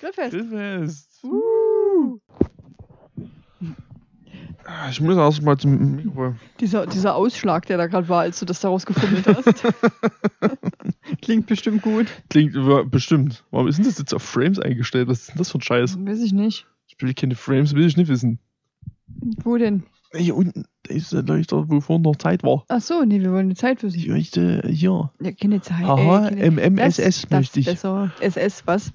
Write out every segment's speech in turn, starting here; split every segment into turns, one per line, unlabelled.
Grillfest.
Grillfest.
Uh.
Ah, Ich muss erst mal zum Mikrofon.
Dieser, dieser Ausschlag, der da gerade war, als du das daraus gefummelt hast. Klingt bestimmt gut.
Klingt über- bestimmt. Warum ist denn das jetzt auf Frames eingestellt? Was ist denn das für ein Scheiß?
Weiß ich nicht.
Ich will keine Frames, will ich nicht wissen.
Wo denn?
Hier unten, da ist der Leuchter, wo vorhin noch Zeit war.
Ach so, nee, wir wollen die Zeit für
Die
sich.
Leuchte hier.
Ja, keine Zeit.
Haha,
äh, keine- Das-
MMSS
das
möchte ich.
Besser. SS, was?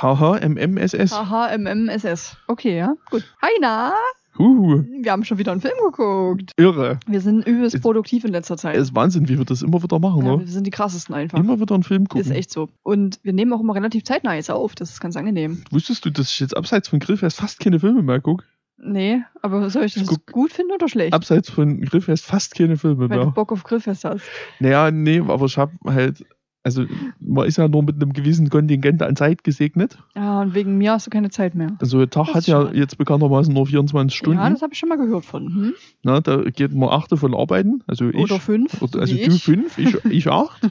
Haha, MMSS.
Haha, MMSS. Okay, ja, gut. Heina,
Huhu,
wir haben schon wieder einen Film geguckt.
irre.
Wir sind übelst
Ist-
produktiv in letzter Zeit.
Es ist Wahnsinn, wie wir das immer wieder machen,
ja,
ne?
wir sind die krassesten einfach.
Immer wieder einen Film gucken.
Ist echt so. Und wir nehmen auch immer relativ zeitnah jetzt auf. Das ist ganz angenehm.
Wusstest du, dass ich jetzt abseits von Grillfest fast keine Filme mehr gucke?
Nee, aber soll ich
Ich
das
guck-
gut finden oder schlecht?
Abseits von Grillfest fast keine Filme
Weil du
mehr.
Bock auf Grillfest hast.
Naja, nee, aber ich hab halt, also man ist ja nur mit einem gewissen Kontingent an Zeit gesegnet.
Ja, und wegen mir hast du keine Zeit mehr.
Also der Tag
Das
hat
ist
ja
schade.
jetzt bekanntermaßen nur 24 Stunden.
Ja, das habe ich schon mal gehört von. Hm?
Na, da geht man achte von arbeiten, also ich.
Oder fünf.
Oder-
so
also
wie
du
ich.
fünf, ich, ich acht.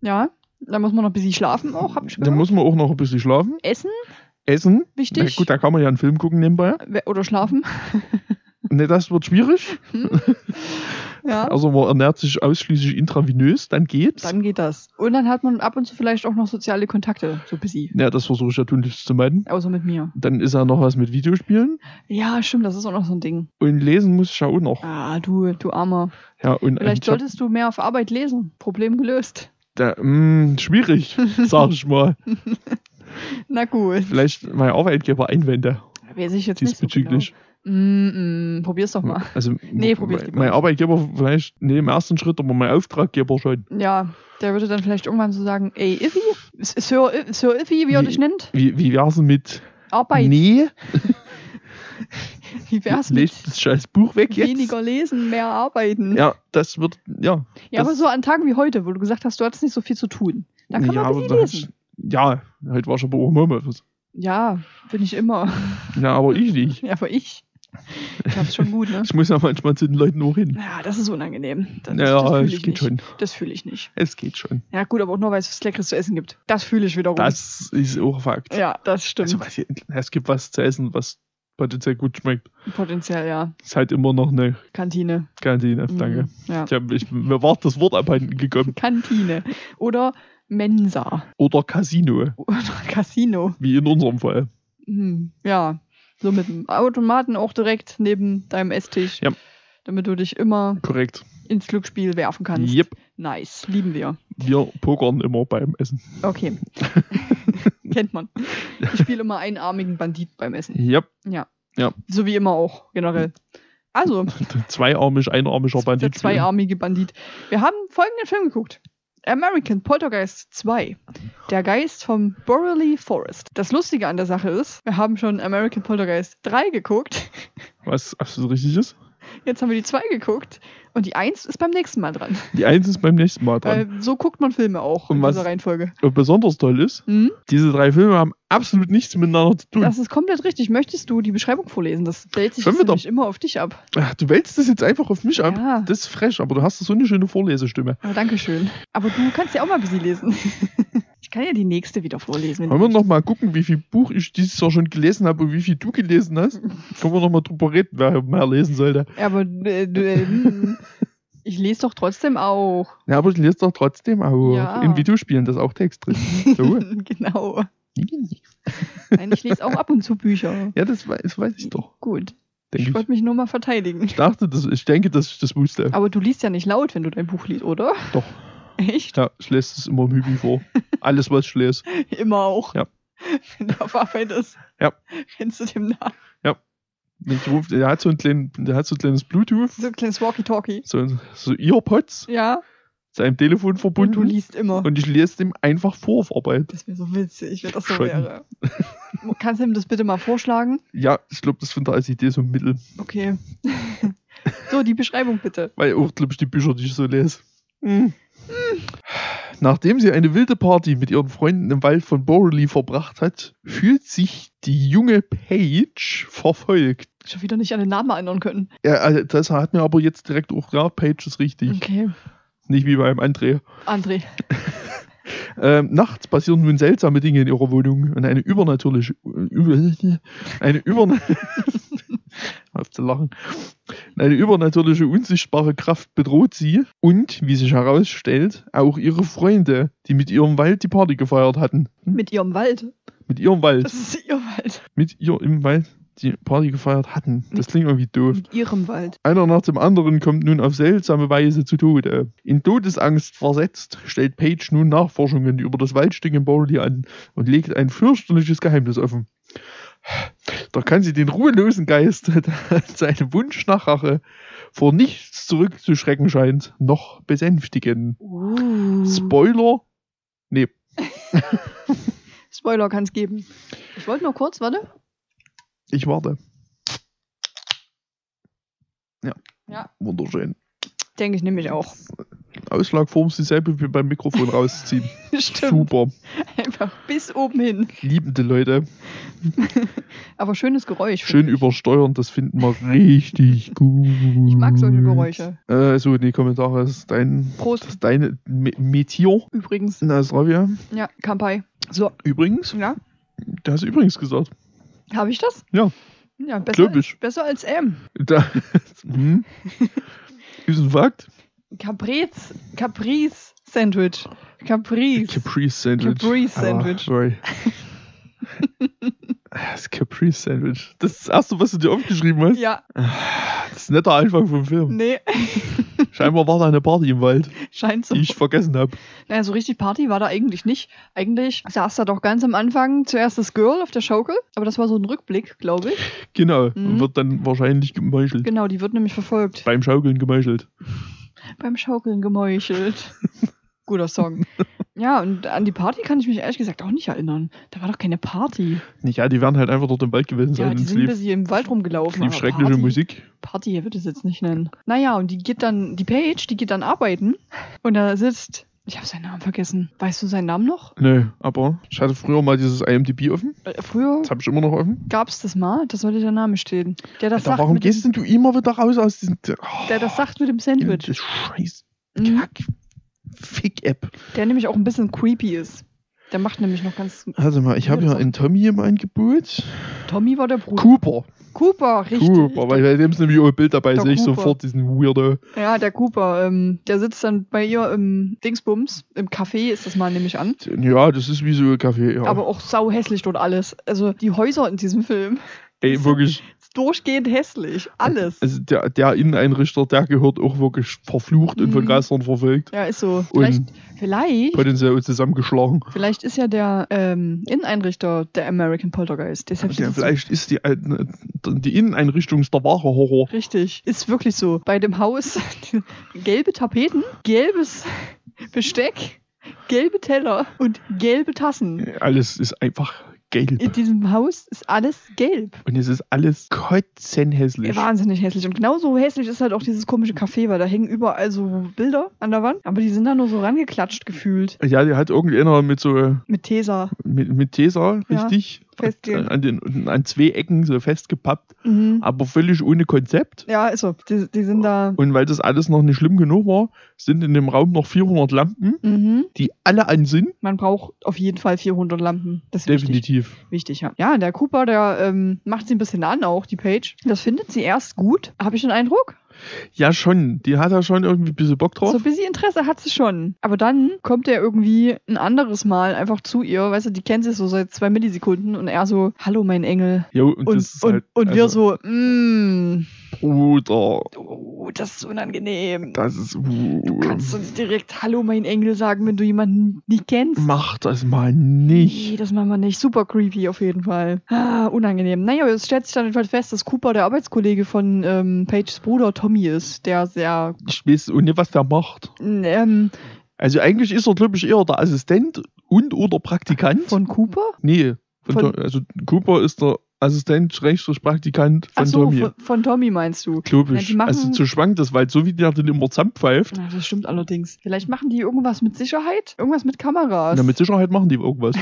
Ja, da muss man noch ein bisschen schlafen auch, hab ich
Dann
gehört.
muss man auch noch ein bisschen schlafen,
Essen,
essen. Na
wichtig.
gut, da kann man ja einen Film gucken nebenbei.
We- Oder schlafen.
Ne, das wird schwierig.
Ja,
Also man ernährt sich ausschließlich intravenös, dann geht's.
dann geht das. Und dann hat man ab und zu vielleicht auch noch soziale Kontakte, so ein bisschen.
ja, das versuche ich natürlich zu meiden.
Außer mit mir.
Dann ist ja noch was mit Videospielen.
Ja, stimmt, das ist auch noch so ein Ding.
Und lesen muss ich ja auch noch.
Ah, du, du Armer.
Ja, und
Vielleicht
ich hab-
solltest du mehr auf Arbeit lesen. Problem gelöst.
Da, mh, schwierig, sag ich mal.
Na gut.
Vielleicht mein Arbeitgeber Einwände
Weiß ich jetzt nicht so genau.
diesbezüglich.
Mm -mm, probier's doch mal.
Also,
Nee, probier's
mein,
lieber
mein
nicht.
Arbeitgeber vielleicht, nee, im ersten Schritt, aber mein Auftraggeber schon.
Ja, der würde dann vielleicht irgendwann so sagen, ey, Iffy, Sir, I- Sir Iffy, wie er
Wie-
dich nennt,
Wie, wie wär's denn mit
Arbeit,
Nee,
wie wär's mit
lest das scheiß Buch weg jetzt.
weniger lesen, mehr arbeiten. Ja,
Ja, das wird, ja. das-
aber so an Tagen wie heute, wo du gesagt hast, du hattest nicht so viel zu tun, da kann
ja,
man ein
aber
bisschen
da hab ich,
lesen.
ja, heute war schon bei im Homeoffice.
Ja, bin ich immer.
Ja, aber ich nicht.
Ja, aber ich. Ich hab's schon gut, ne?
Ich muss ja manchmal zu den Leuten auch hin.
Ja, das ist unangenehm. Das, das
Ja,
fühl
es
ich
geht
nicht.
schon.
Das fühle ich nicht.
Es geht schon.
Ja, gut, aber auch nur, weil es was Leckeres zu essen gibt. Das fühle ich wiederum.
Das ist auch Fakt.
ja, das stimmt.
also, was hier, es gibt was zu essen, was potenziell gut schmeckt.
Potenziell, ja.
Ist halt immer noch eine
Kantine.
Kantine, danke.
Mhm, Ja.
Ich hab, ich, mir war das Wort abhanden gekommen.
Kantine. Oder Mensa.
Oder Casino,
Oder Casino.
wie in unserem Fall.
Hm, ja. So mit dem Automaten auch direkt neben deinem Esstisch.
Ja.
Damit du dich immer
Korrekt.
ins Glücksspiel werfen kannst.
Yep.
Nice. Lieben wir.
Wir pokern immer beim Essen.
Okay. Kennt man. Ich spiele immer einarmigen Bandit beim Essen.
Yep.
So wie immer auch, generell. Also,
Zweiarmig, einarmiger
der
Bandit.
zweiarmige Bandit. Wir haben folgenden Film geguckt. American Poltergeist 2. Der Geist vom Borreley Forest. Das Lustige an der Sache ist, wir haben schon American Poltergeist 3 geguckt.
Was absolut richtig ist.
Jetzt haben wir die 2 geguckt. Und die 1 ist beim nächsten Mal dran.
Die Eins ist beim nächsten Mal dran.
Weil so guckt man Filme auch
Und
in
was-
dieser Reihenfolge.
Und besonders toll ist,
Hm?
diese drei Filme haben absolut nichts miteinander zu tun.
Das ist komplett richtig. Möchtest du die Beschreibung vorlesen? Das fällt sich
Sollen
jetzt
wir doch-
nämlich immer auf dich ab.
Ach, du wälzt das jetzt einfach auf mich ab.
Ja,
Das ist fresh, aber du hast so eine schöne Vorlesestimme.
aber danke schön. Aber du kannst ja auch mal ein bisschen lesen. ich kann ja die nächste wieder vorlesen. wenn du
Wollen wir noch mal gucken, wie viel Buch ich dieses Jahr schon gelesen habe und wie viel du gelesen hast? Können wir noch mal drüber reden, wer mehr lesen sollte.
Ja, Aber äh, du, äh, hm. ich lese doch trotzdem auch.
Ja, aber ich lese doch trotzdem auch
Ja.
in Videospielen, das ist auch Text drin. So.
genau. Nein, ich lese auch ab und zu Bücher.
Ja, das weiß, das weiß ich doch.
Gut.
Denke
Ich
ich.
wollte mich nur mal verteidigen.
Ich dachte, das, ich denke, dass ich das wusste.
Aber du liest ja nicht laut, wenn du dein Buch liest, oder?
Doch.
Echt?
Ja, ich lese das immer im Hübi vor. Alles, was ich lese.
Immer auch.
Ja.
Wenn du auf Arbeit ist.
Ja.
Rennst du dem nach.
Ich ruf, der, hat so ein kleinen, der hat so ein kleines Bluetooth,
So ein kleines Walkie-Talkie.
so, ein- so Earpods,
Ja.
seinem Telefon
Und
verbunden.
du liest immer.
Und ich lese dem einfach vor auf Arbeit.
Das wäre so witzig, wenn das so
Schon.
wäre. Kannst du ihm das bitte mal vorschlagen?
Ja, ich glaube, das finde ich als Idee so ein Mittel.
Okay. so, die Beschreibung bitte.
Weil auch, glaube ich, die Bücher, die ich so lese. Hm. Nachdem sie eine wilde Party mit ihren Freunden im Wald von Borley verbracht hat, fühlt sich die junge Paige verfolgt.
Schon wieder nicht an den Namen erinnern können.
Ja, also das hat mir aber
Mhm.
jetzt direkt auch, ja, Paige ist richtig.
Okay.
Nicht wie beim André.
André.
Ähm, nachts passieren nun seltsame Dinge in ihrer Wohnung und eine übernatürliche, über, eine über, auf zu lachen, eine übernatürliche unsichtbare Kraft bedroht sie und, wie sich herausstellt, auch ihre Freunde, die mit ihrem Wald die Party gefeiert hatten.
Mit ihrem Wald.
Hm? Mit ihrem Wald,
Das ist ihr Wald.
mit ihr im Wald die Party gefeiert hatten. Das klingt irgendwie doof.
Mit ihrem Wald.
Einer nach dem anderen kommt nun auf seltsame Weise zu Tode. In Todesangst versetzt, stellt Page nun Nachforschungen über das Waldstück in Borley an und legt ein fürchterliches Geheimnis offen. Doch kann sie den ruhelosen Geist, der seinem Wunsch nach Rache vor nichts zurückzuschrecken scheint, noch besänftigen.
Mhm. Uh.
Spoiler? Nee.
Spoiler kann es geben. Ich wollte nur kurz, warte.
Ich warte. Ja.
Ja.
Wunderschön.
Denke ich nämlich auch.
Ausschlagform ist dieselbe wie beim Mikrofon rausziehen.
Stimmt.
Super.
Einfach bis oben hin.
Liebende Leute.
Aber schönes Geräusch.
Schön übersteuern, das finden wir richtig gut.
Ich mag solche Geräusche.
Äh, so, die Kommentare das ist dein.
Prost.
Das ist deine Me- Meteor
Übrigens.
in Australien.
Ja, Kampai. So.
Übrigens,
Ja,
du hast übrigens gesagt.
habe ich das?
Ja.
Ja, besser,
Glaub ich.
besser als M.
Da, hm. Ist ein Fakt.
Capriz, Caprice Sandwich. Caprice.
Caprice Sandwich.
Caprice Sandwich.
Ah, sorry. Das Caprice Sandwich. Das ist das erste, was du dir aufgeschrieben hast.
Ja,
Das ist ein netter Anfang vom Film.
nee,
Scheinbar war da eine Party im Wald,
scheint so.
die ich vergessen habe.
Naja, so richtig Party war da eigentlich nicht. Eigentlich saß da doch ganz am Anfang zuerst das Girl auf der Schaukel, aber das war so ein Rückblick, glaube ich.
Genau.
Mhm.
Wird dann wahrscheinlich gemeuchelt.
Genau, die wird nämlich verfolgt.
Beim Schaukeln gemeuchelt.
beim Schaukeln gemeuchelt. Guter Song. Ja, und an die Party kann ich mich ehrlich gesagt auch nicht erinnern. Da war doch keine Party.
Ja, die werden halt einfach dort im Wald gewesen sein.
Ja, die
und es
sind ein
lief,
bisschen im Wald
es
rumgelaufen.
lief
aber
schreckliche
Party,
Musik.
Party, hier wird es jetzt nicht nennen. Naja, und die geht dann, die Paige, die geht dann arbeiten. Und da sitzt, ich habe seinen Namen vergessen. Weißt du seinen Namen noch?
Nö, aber ich hatte früher mal dieses IMDb offen.
Äh, früher
Das habe ich immer noch offen.
gab es das mal, da sollte der Name stehen. Der das,
Alter,
sagt
warum
mit dem,
gehst denn du immer wieder raus aus diesem...
der das sagt mit dem
in
Sandwich.
das scheiß
Mhm.
Kack. Fick-App.
Der nämlich auch ein bisschen creepy ist. Der macht nämlich noch ganz.
Warte mal, ich
Ja,
habe
das
ja
sagt-
einen Tommy im Angebot.
Tommy war der Bruder.
Cooper.
Cooper, richtig.
Cooper, weil bei dem ist nämlich auch ein Bild dabei,
Der
sehe ich
Cooper.
sofort diesen Weirdo.
Ja, der Cooper, ähm, der sitzt dann bei ihr im Dingsbums, im Café ist das mal nämlich an.
Ja, das ist wie so ein Kaffee, ja.
Aber auch sau hässlich dort alles. Also die Häuser in diesem Film,
Ey, wirklich,
durchgehend hässlich. Alles.
also der, der Inneneinrichter, der gehört auch wirklich verflucht und von
Mhm.
Geistern verfolgt.
Ja, ist so.
Und-
Vielleicht, vielleicht,
Potenziell zusammengeschlagen.
vielleicht ist ja der ähm, Inneneinrichter der American Poltergeist. Deshalb
Ja,
steht es so.
vielleicht ist die, alten- die Inneneinrichtung ist der wahre Horror.
Richtig. Ist wirklich so. Bei dem Haus gelbe Tapeten, gelbes Besteck, gelbe Teller und gelbe Tassen.
Alles ist einfach gelb.
In diesem Haus ist alles gelb.
Und es ist alles kotzenhässlich.
Wahnsinnig hässlich. Und genauso hässlich ist halt auch dieses komische Café, weil da hängen überall so Bilder an der Wand. Aber die sind da nur so rangeklatscht gefühlt.
Ja, der hat irgendeiner mit so
Mit Tesa.
mit, mit Tesa,
Ja,
richtig, äh,
festge-
an, den, an zwei Ecken so festgepappt,
Mhm.
aber völlig ohne Konzept.
Ja, ist so. Die, die sind da.
Und weil das alles noch nicht schlimm genug war, sind in dem Raum noch 400 Lampen,
Mhm.
die alle an sind.
Man braucht auf jeden Fall 400 Lampen. Das ist wichtig.
Definitiv.
Wichtig, ja. Ja, der Cooper, der ähm, macht sie ein bisschen an, auch die Page. Das findet sie erst gut, habe ich den Eindruck.
Ja, schon. Die hat er schon irgendwie ein bisschen Bock drauf.
So ein bisschen Interesse hat sie schon. Aber dann kommt er irgendwie ein anderes Mal einfach zu ihr. Weißt du, die kennen sich so seit zwei Millisekunden und er so, hallo mein Engel.
Jo, und,
Und,
das ist
und,
halt,
und wir
also,
so, mm,
Bruder,
oh, das ist unangenehm.
das ist.
du kannst uns direkt Hallo, mein Engel sagen, wenn du jemanden nicht kennst.
Mach das mal
Nee,
nicht.
das machen wir nicht. Super creepy auf jeden Fall. Ah, unangenehm. Naja, aber es stellt sich dann jedenfalls fest, dass Cooper der Arbeitskollege von ähm, Pages Bruder Tommy ist, der sehr,
Ich weiß auch nicht, was der macht.
ähm,
Also, eigentlich ist er, glaube ich, eher der Assistent und oder Praktikant.
von Cooper?
nee. Von,
von-
Tom- also, Cooper ist der Assistent, Schrägstrich Praktikant von
Ach so,
Tommy.
von, von Tommy meinst du?
Glaub
Ja,
ich.
die machen-
also, zu schwankt das, weil so wie der den immer zusammenpfeift,
Ja, das stimmt allerdings. Vielleicht machen die irgendwas mit Sicherheit? Irgendwas mit Kameras?
na, mit Sicherheit machen die irgendwas.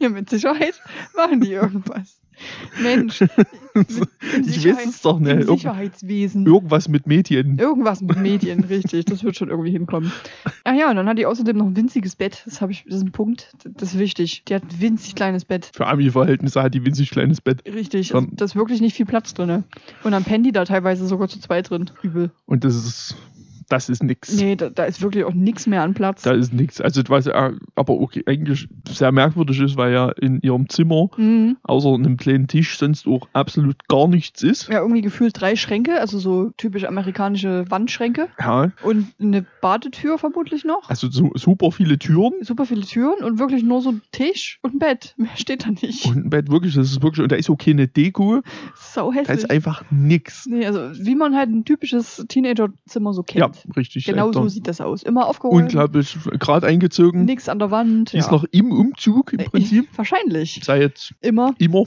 ja, mit Sicherheit machen die irgendwas. Mensch, im
ich weiß es doch nicht.
im
Irgend,
Sicherheitswesen.
irgendwas mit Medien.
Irgendwas mit Medien, richtig. Das wird schon irgendwie hinkommen. Ach ja, und dann hat die außerdem noch ein winziges Bett. Das habe ich, das ist ein Punkt. Das ist wichtig. Die hat ein winzig kleines Bett.
Für Ami-Verhältnisse hat die winzig kleines Bett.
Richtig, also,
Dann-
da ist wirklich nicht viel Platz drin. Und dann pennen die da teilweise sogar zu zweit drin. Übel.
Und das ist, das ist nix.
Nee, da, da ist wirklich auch nichts mehr an Platz.
Da ist nichts. Also, was ja aber okay, eigentlich sehr merkwürdig ist, weil ja in ihrem Zimmer
Mhm.
außer einem kleinen Tisch sonst auch absolut gar nichts ist.
Ja, irgendwie gefühlt drei Schränke, also so typisch amerikanische Wandschränke.
Ja.
Und eine Badetür vermutlich noch.
Also so, super viele Türen
Super viele Türen und wirklich nur so ein Tisch und ein Bett. Mehr steht da nicht.
und ein Bett wirklich, das ist wirklich, und da ist auch keine Deko,
Sau
da ist
hässlich.
einfach nichts.
Nee, also wie man halt ein typisches Teenagerzimmer so
Ja,
kennt.
richtig.
genau
Alter.
so sieht das aus. Immer aufgeräumt,
Unglaublich, gerade eingezogen,
nichts an der Wand. Äh,
die ist noch im Umzug im Prinzip.
Wahrscheinlich.
Sei jetzt
Immer.
immer.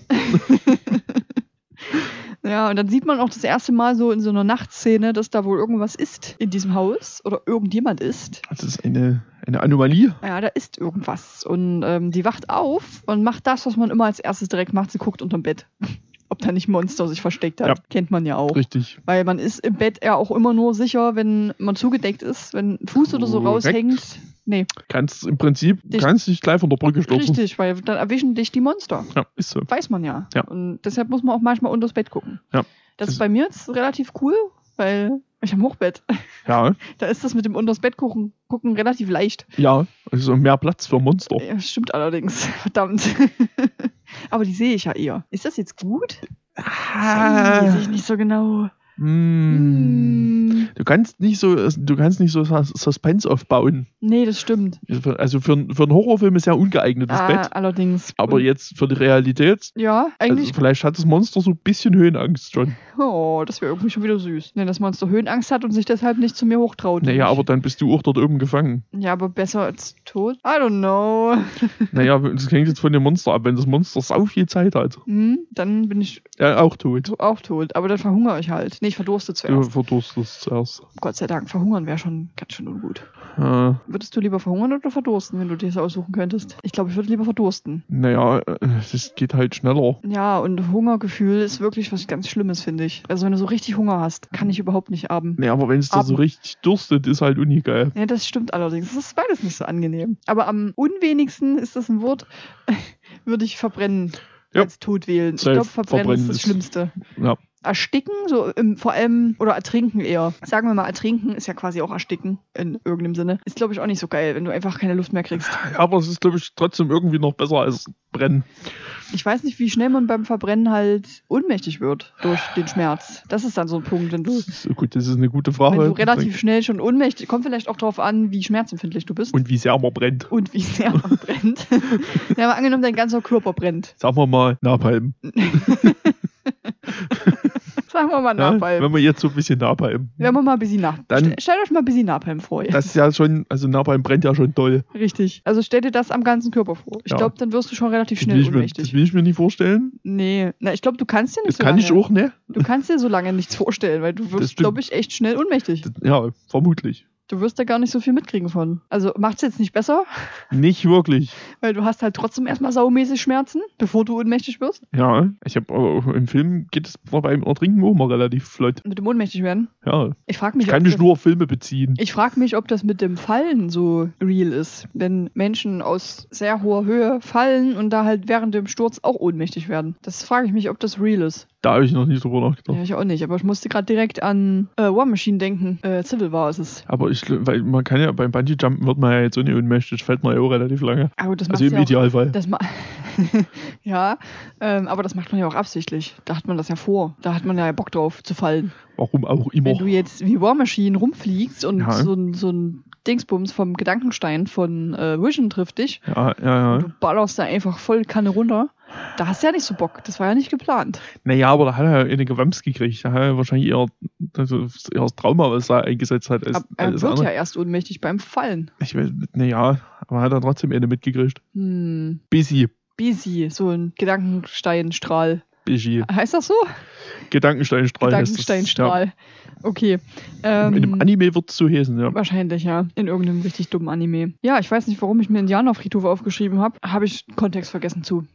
Ja, und dann sieht man auch das erste Mal so in so einer Nachtszene, dass da wohl irgendwas ist in diesem Haus oder irgendjemand ist.
Das ist eine, eine Anomalie.
Ja, da ist irgendwas. Und ähm, die wacht auf und macht das, was man immer als erstes direkt macht. Sie guckt unterm Bett. Ob da nicht ein Monster sich versteckt hat.
Ja.
Kennt man ja auch.
Richtig.
Weil man ist im Bett ja auch immer nur sicher, wenn man zugedeckt ist, wenn ein Fuß oder so
Korrekt.
raushängt. Nee,
Kannst im Prinzip,
Dich-
kannst dich gleich von der Brücke stürzen.
richtig, weil dann erwischen dich die Monster.
Ja, ist so.
Weiß man ja.
Ja.
Und deshalb muss man auch manchmal unters Bett gucken.
Ja.
Das ist
Das-
bei mir jetzt relativ cool, weil ich habe ein Hochbett.
Ja,
Da ist das mit dem unters Bett gucken, gucken relativ leicht.
ja. Also mehr Platz für Monster.
Ja, stimmt allerdings. Verdammt. Aber die sehe ich ja eher. Ist das jetzt gut?
Ah.
Die sehe ah, ich nicht so genau.
Hm.
Hm.
Du kannst nicht so, äh, du kannst nicht so Sus- Suspense aufbauen.
Nee, das stimmt.
Also für, einen- für einen Horrorfilm ist ja ungeeignetes
Ah,
Bett.
allerdings.
Aber jetzt für die Realität,
ja,
also
eigentlich.
vielleicht hat das Monster so ein bisschen Höhenangst schon.
oh, das wäre irgendwie schon wieder süß. Nee, dass Monster Höhenangst hat und sich deshalb nicht zu mir hochtraut.
Naja, aber dann bist du auch dort oben gefangen.
Ja, aber besser als tot? I don't know.
Naja, das hängt jetzt von dem Monster ab. Wenn das Monster sau viel Zeit hat,
Hm, dann bin ich
ja, auch tot.
to- auch tot. Aber dann verhungere ich halt. Nee, ich verdurste
Du
zuerst.
verdurstest zuerst.
Gott sei Dank, verhungern wäre schon ganz schön ungut.
Äh,
Würdest du lieber verhungern oder verdursten, wenn du dir das aussuchen könntest? Ich glaube, ich würde lieber verdursten.
naja, äh, das geht halt schneller.
Ja, und Hungergefühl ist wirklich was ganz Schlimmes, finde ich. Also wenn du so richtig Hunger hast, kann ich überhaupt nicht aben.
Naja, aber wenn es da so
Aber-
richtig durstet, ist halt ungeil.
Ja, das stimmt allerdings. Das ist beides nicht so angenehm. Aber am unwenigsten ist das ein Wort, würde ich verbrennen
Ja.
als Tod wählen. Ich
Safe.
glaube, verbrennen, ist
Verbrennen
das
ist-
Schlimmste.
Ja.
Ersticken, so im, vor allem, oder ertrinken eher. Sagen wir mal, ertrinken ist ja quasi auch ersticken in irgendeinem Sinne. Ist, glaube ich, auch nicht so geil, wenn du einfach keine Luft mehr kriegst.
Ja, aber es ist, glaube ich, trotzdem irgendwie noch besser als brennen.
Ich weiß nicht, wie schnell man beim Verbrennen halt ohnmächtig wird durch den Schmerz. Das ist dann so ein Punkt, wenn du,
Das halt ist, gut, das ist eine gute Frage.
wenn du relativ schnell schon ohnmächtig, kommt vielleicht auch darauf an, wie schmerzempfindlich du bist und,
Und wie sehr man brennt.
wie sehr man brennt. ja, aber angenommen, dein ganzer Körper brennt.
Sagen wir mal Napalm.
Sagen wir mal
Ja?
Napalm.
Wenn wir jetzt so ein bisschen Napalm.
Wenn wir mal ein bisschen nach.
Dann-
Stell- Stellt euch mal ein bisschen Napalm vor. Ja.
Das ist ja schon, also Napalm brennt ja schon doll.
Richtig. Also stell dir das am ganzen Körper vor. Ich
Ja.
glaube, dann wirst du schon relativ
Das will,
schnell
ich mir, das
ohnmächtig.
will ich mir nicht vorstellen.
Nee, na, ich glaube, du kannst dir nicht
Das
so
kann
lange,
ich auch nicht.
Du kannst dir so lange nichts vorstellen, weil du wirst,
stimmt.
glaube ich, echt schnell ohnmächtig.
Das- Ja, vermutlich.
Du wirst da gar nicht so viel mitkriegen von. Also macht's jetzt nicht besser,
Nicht wirklich.
weil du hast halt trotzdem erstmal saumäßig Schmerzen, bevor du ohnmächtig wirst.
Ja, ich habe im Film geht es beim Ertrinken auch mal relativ flott.
Mit dem ohnmächtig werden.
Ja,
Ich frage
ich
mich,
kann
ob
mich
das,
nur auf Filme beziehen.
ich frag mich, ob das mit dem Fallen so real ist. Wenn Menschen aus sehr hoher Höhe fallen und da halt während dem Sturz auch ohnmächtig werden. Das frage ich mich, ob das real ist.
Da habe ich noch nicht drüber nachgedacht.
Ja, ich auch nicht, aber ich musste gerade direkt an äh, War Machine denken. Äh, Civil War ist es.
Aber ich, gl- weil man kann ja beim Bungee-Jumpen wird man ja jetzt so nicht ohnmächtig, fällt man ja auch relativ lange.
Aber das macht
Also im
ja auch,
Idealfall.
Das ma ja, ähm, aber das macht man ja auch absichtlich. Da hat man das ja vor. Da hat man ja Bock drauf zu fallen.
Warum auch immer.
Wenn du jetzt wie War Machine rumfliegst und
Ja.
so, ein, so ein Dingsbums vom Gedankenstein von äh, Vision trifft dich,
Ja, ja, ja.
du ballerst da einfach voll Kanne runter. Da hast du ja nicht so Bock. Das war ja nicht geplant.
Naja, aber da hat er ja eine Gewamms gekriegt. Da hat er wahrscheinlich eher, also eher das Trauma, was er eingesetzt hat, als
Aber er
alles
wird
andere.
ja erst ohnmächtig beim Fallen.
Ich weiß, naja, aber hat er trotzdem eine mitgekriegt.
Hm.
Busy,
Busy, so ein Gedankensteinstrahl.
busy.
Heißt das so?
Gedankensteinstrahl. heißt das.
Gedankensteinstrahl. Okay.
Ja.
Ähm,
In einem Anime wird es so heißen, ja.
Wahrscheinlich, ja. In irgendeinem richtig dummen Anime. Ja, ich weiß nicht, warum ich mir Indianerfriedhof aufgeschrieben habe. Habe ich Kontext vergessen zu.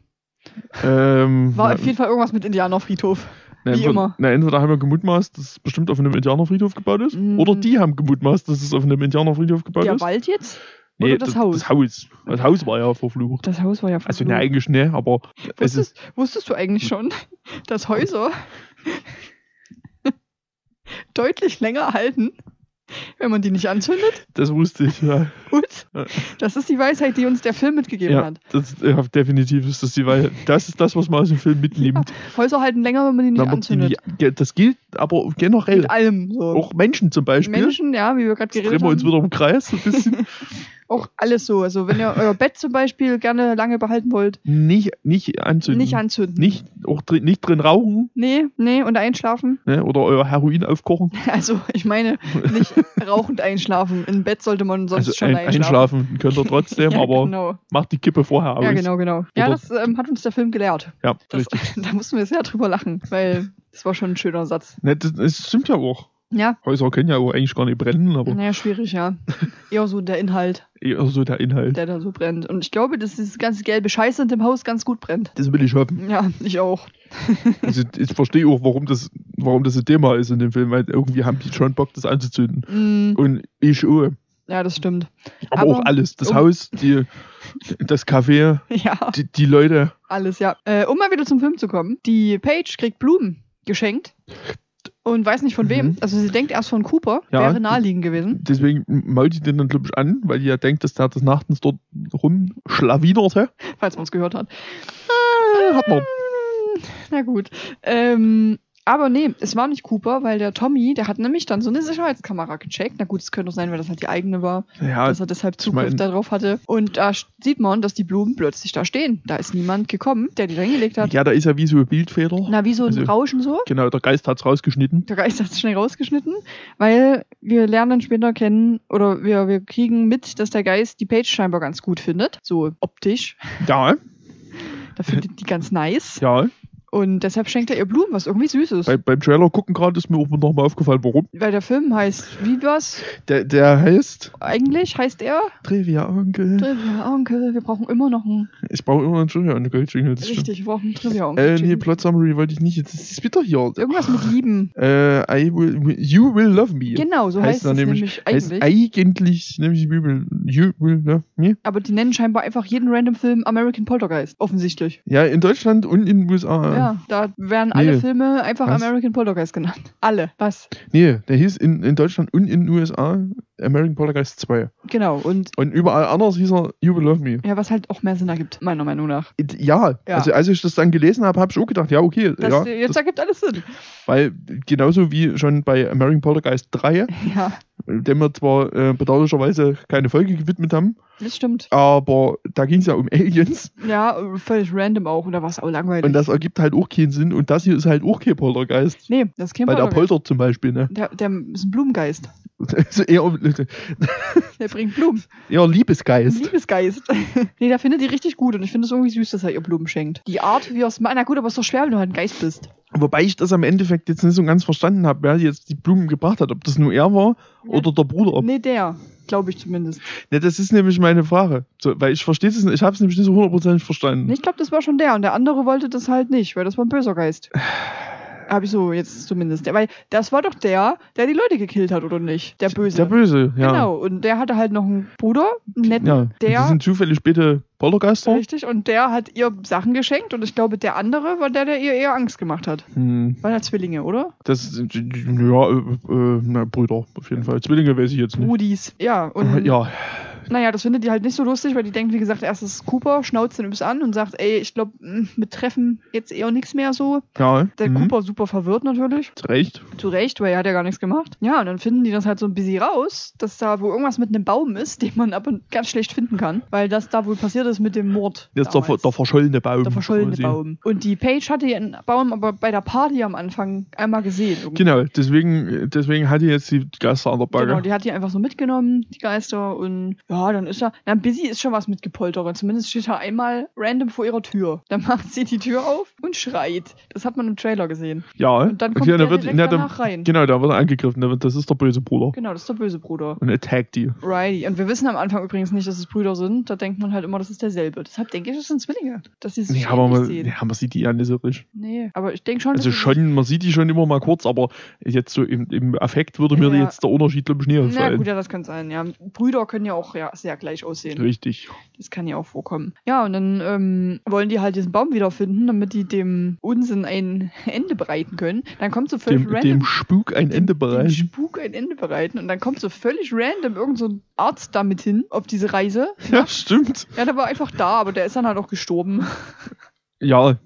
Ähm,
War
na,
auf jeden Fall irgendwas mit Indianerfriedhof.
na,
wie
entweder,
immer.
Na, entweder haben wir gemutmaßt, dass es bestimmt auf einem Indianerfriedhof gebaut ist,
Mm.
oder die haben gemutmaßt, dass es auf einem Indianerfriedhof gebaut
Der
ist.
Wald jetzt? oder das Haus?
Das Haus. Das Haus war ja verflucht.
Das Haus war ja
Also, ne,
verflucht.
eigentlich, ne, aber es ist.
Wusstest, wusstest du eigentlich schon, dass Häuser deutlich länger halten, wenn man die nicht anzündet?
Das wusste ich, ja.
Gut.
Ja.
Das ist die Weisheit, die uns der Film mitgegeben
Ja,
hat.
das, ja, definitiv ist das die Wahrheit. Das ist das, was man aus dem Film mitnimmt.
Häuser halten länger, wenn man die nicht
Na, aber die-
anzündet.
ja, das gilt aber generell.
Mit allem. So.
Auch Menschen zum Beispiel.
Menschen, ja, wie wir gerade
Jetzt drehen
geredet
wir uns
haben.
wieder im Kreis so ein bisschen.
Auch alles so. Also wenn ihr euer Bett zum Beispiel gerne lange behalten wollt,
nicht, nicht anzünden.
nicht anzünden.
Nicht, auch drin, nicht drin rauchen
Nee, nee, und einschlafen.
ne? oder euer Heroin aufkochen.
Also, ich meine, nicht rauchend einschlafen. Im Bett sollte man sonst
also
schon
ein,
einschlafen.
einschlafen könnt ihr trotzdem,
Ja,
aber
genau.
macht die Kippe vorher aus.
Ja, genau, genau. Ja,
Oder-
das ähm, hat uns der Film gelehrt.
Ja,
Das,
richtig.
da mussten wir sehr drüber lachen, weil das war schon ein schöner Satz.
Ne, das, das stimmt ja auch.
Ja,
Häuser können ja auch eigentlich gar nicht brennen, aber
naja, schwierig, ja. Eher so der Inhalt,
eher so der Inhalt.
der da so brennt. Und ich glaube, dass dieses ganze gelbe Scheiße in dem Haus ganz gut brennt.
Das will ich hoffen.
Ja, ich auch.
Also, ich verstehe auch, warum das, warum das ein Thema ist in dem Film, weil irgendwie haben die schon Bock, das anzuzünden.
Mm,
Und ich auch.
ja, das stimmt.
Aber,
Aber-
auch alles. Das
Oh.
Haus, die, das Café,
Ja,
die, die Leute.
alles, ja. Äh, um mal wieder zum Film zu kommen. Die Paige kriegt Blumen geschenkt. Und weiß nicht von wem.
Mhm.
Also sie denkt erst von Cooper.
Ja.
Wäre naheliegend gewesen.
Deswegen mault die den dann, glaube ich, an, weil die ja denkt, dass der des Nachtens dort rumschlawinerte.
Falls man es gehört hat.
Äh, hat man.
Na gut. Ähm, aber nee, es war nicht Cooper, weil der Tommy, der hat nämlich dann so eine Sicherheitskamera gecheckt. Na gut, es könnte auch sein, weil das halt die eigene war,
Ja,
dass er deshalb
Ah, ich mein-
Zugriff darauf hatte. Und da sch- sieht man, dass die Blumen plötzlich da stehen. Da ist niemand gekommen, der die da hingelegt hat.
ja, da ist ja wie so ein Bildfeder.
Na, wie so ein
Also-
Rauschen so.
Genau, der Geist hat's rausgeschnitten.
Der Geist hat es schnell rausgeschnitten, weil wir lernen dann später kennen oder wir, wir kriegen mit, dass der Geist die Page scheinbar ganz gut findet. So optisch.
Ja,
Da findet die ganz nice.
ja.
Und deshalb schenkt er ihr Blumen, was irgendwie süß ist.
Bei, beim Trailer gucken gerade ist mir auch nochmal aufgefallen, warum.
Weil der Film heißt, wie was
Der, der heißt
eigentlich? Heißt er?
Trivia Onkel.
Trivia-Onkel. Wir brauchen immer noch einen.
Ich brauche immer einen Trivia Onkel. Jingle, das stimmt.
Richtig, wir brauchen einen Trivia-Onkel.
Äh, nee, Plot Summary wollte ich nicht. Jetzt ist es wieder hier.
Irgendwas mit Lieben.
Äh, I will, you will love me.
Genau, so
Heißt
heißt,
er
es
nämlich-
nämlich,
Heißt
eigentlich.
eigentlich nämlich Bibel. You will love me.
Aber die nennen scheinbar einfach jeden random Film American Poltergeist. Offensichtlich.
Ja, in Deutschland und in den USA.
Ja, da werden alle
Ah. Nee.
Filme einfach
Was?
American Poltergeist genannt. Alle. Was?
Nee, der hieß in, in Deutschland und in den USA American Poltergeist 2.
Genau. Und
Und überall anders hieß er You Will Love Me.
ja, was halt auch mehr Sinn ergibt, meiner Meinung nach.
It- Ja,
Ja.
also als ich das dann gelesen habe, habe ich auch gedacht, ja, okay,
Das,
ja,
jetzt
das,
ergibt alles Sinn.
weil genauso wie schon bei American Poltergeist 3,
Ja,
dem wir zwar äh, bedauerlicherweise keine Folge gewidmet haben,
das stimmt.
aber da ging es ja um Aliens
Ja, völlig random auch. Und da war es auch langweilig.
und das ergibt halt auch keinen Sinn und das hier ist halt auch kein Poltergeist,
nee, das ist kein
weil der
Poltergeist.
poltert zum Beispiel, ne?
Der, der ist ein Blumengeist.
Also eher,
Der bringt Blumen.
eher
Ein
Liebesgeist.
Liebesgeist. nee, da findet die richtig gut und ich finde es irgendwie süß, dass er ihr Blumen schenkt. Die Art, wie er es macht. Na gut, aber es ist doch schwer, wenn du halt ein Geist bist.
Wobei ich das am Endeffekt jetzt nicht so ganz verstanden habe, wer jetzt die Blumen gebracht hat, ob das nur er war oder der Bruder.
Nee, der. Glaube ich zumindest.
Ne, das ist nämlich meine Frage. So, weil ich verstehe es nicht, ich habe es nämlich nicht so hundertprozentig verstanden.
Nee, Ich glaube, das war schon der und der andere wollte das halt nicht, weil das war ein böser Geist. Habe ich so jetzt zumindest. Der, weil das war doch der, der die Leute gekillt hat, oder nicht? Der Böse.
Der Böse, ja.
Genau, und der hatte halt noch einen Bruder, einen netten,
Ja, der,
der-
das sind zufällig späte Poltergeister.
richtig, und der hat ihr Sachen geschenkt und ich glaube, der andere war der, der ihr eher Angst gemacht hat.
Hm,
Waren ja Zwillinge, oder?
das sind, ja, äh, äh, na, Brüder, auf jeden Fall. Zwillinge weiß ich jetzt nicht.
Rudis. Ja, und
Ja,
Naja, das findet die halt nicht so lustig, weil die denkt, wie gesagt, erst ist Cooper, schnauzt den übs an und sagt, ey, ich glaube, mit Treffen jetzt eher nichts mehr so.
ja.
Der
mhm,
Cooper super verwirrt natürlich.
Zu Recht.
Zu Recht, weil er hat ja gar nichts gemacht. Ja, und dann finden die das halt so ein bisschen raus, dass da wohl irgendwas mit einem Baum ist, den man aber ganz schlecht finden kann, weil das da wohl passiert ist mit dem Mord.
Jetzt der, ver-
damals.
der verschollene Baum.
Der verschollene
quasi.
Baum. Und die Paige hatte ihren Baum aber bei der Party am Anfang einmal gesehen. irgendwie.
Genau, deswegen, deswegen hat die jetzt die Geister an der Backe.
Genau, die hat die einfach so mitgenommen, die Geister, und Ja, dann ist ja. Na, busy ist schon was mit Gepoltere. Zumindest steht da einmal random vor ihrer Tür. Dann macht sie die Tür auf und schreit. Das hat man im Trailer gesehen.
Ja,
Und dann kommt
ja,
der
wird,
direkt
na,
danach rein.
Genau, da wird er angegriffen. da wird- Das ist der böse Bruder.
Genau, das ist der böse Bruder.
Und attackt die.
Righty. Und wir wissen am Anfang übrigens nicht, dass es Brüder sind. Da denkt man halt immer, das ist derselbe. Deshalb denke ich, es sind Zwillinge. Dass sie sich
Nee, aber man,
sehen.
ja, man sieht die ja nicht so richtig.
Nee, aber ich denke schon.
Also
dass sie-
schon, man sieht die schon immer mal kurz, aber jetzt so im, im Affekt würde mir
Ja.
jetzt der Unterschied, glaube ich, nicht
Na gut,
auffallen.
ja, das kann sein, ja. Brüder können ja auch ja, sehr gleich aussehen.
Richtig.
Das kann ja auch vorkommen. Ja, und dann ähm, wollen die halt diesen Baum wiederfinden, damit die dem Unsinn ein Ende bereiten können. Dann kommt so völlig
Dem,
random.
dem Spuk ein Ende
Dem
bereiten.
Spuk ein Ende bereiten. Und dann kommt so völlig random irgend so ein Arzt damit hin auf diese Reise.
Ja, stimmt.
Ja, der war einfach da, aber der ist dann halt auch gestorben.
Ja,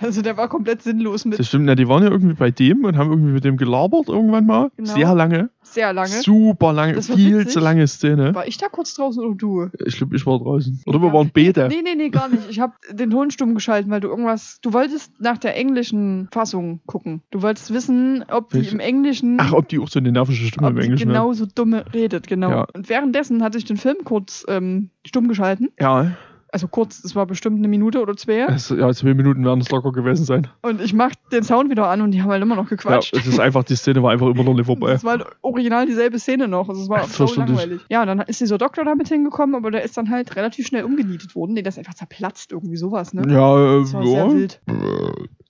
Also der war komplett sinnlos mit
das stimmt. Na, die waren ja irgendwie bei dem und haben irgendwie mit dem gelabert irgendwann mal.
Genau.
Sehr lange.
sehr lange.
Super lange.
Das war
Viel
witzig.
zu lange Szene.
War ich da kurz draußen oder du?
Ich glaube, ich war draußen. Oder
Ja.
wir waren Bete.
Nee, nee, nee, gar nicht. Ich habe den Ton stumm geschalten, weil du irgendwas. Du wolltest nach der englischen Fassung gucken. Du wolltest wissen, ob die
Welche?
im Englischen.
Ach, ob die auch so eine nervige Stimme
ob
im
die genau
Englischen haben.
genauso dumme redet, genau.
Ja.
Und währenddessen hatte ich den Film kurz ähm, stumm geschalten.
Ja,
Also kurz, es war bestimmt eine Minute oder zwei.
also, ja, zwei Minuten werden es locker gewesen sein.
Und ich mach den Sound wieder an und die haben halt immer noch
Ja,
gequatscht.
es ist einfach, die Szene war einfach immer noch nicht vorbei.
Das war halt original dieselbe Szene noch. Also es war
Ach,
so
verständlich.
langweilig. Ja, und dann ist dieser Doktor damit hingekommen, aber der ist dann halt relativ schnell umgenietet worden. Den das ist einfach zerplatzt, irgendwie sowas, ne?
Ja,
Das war sehr
äh,
wild.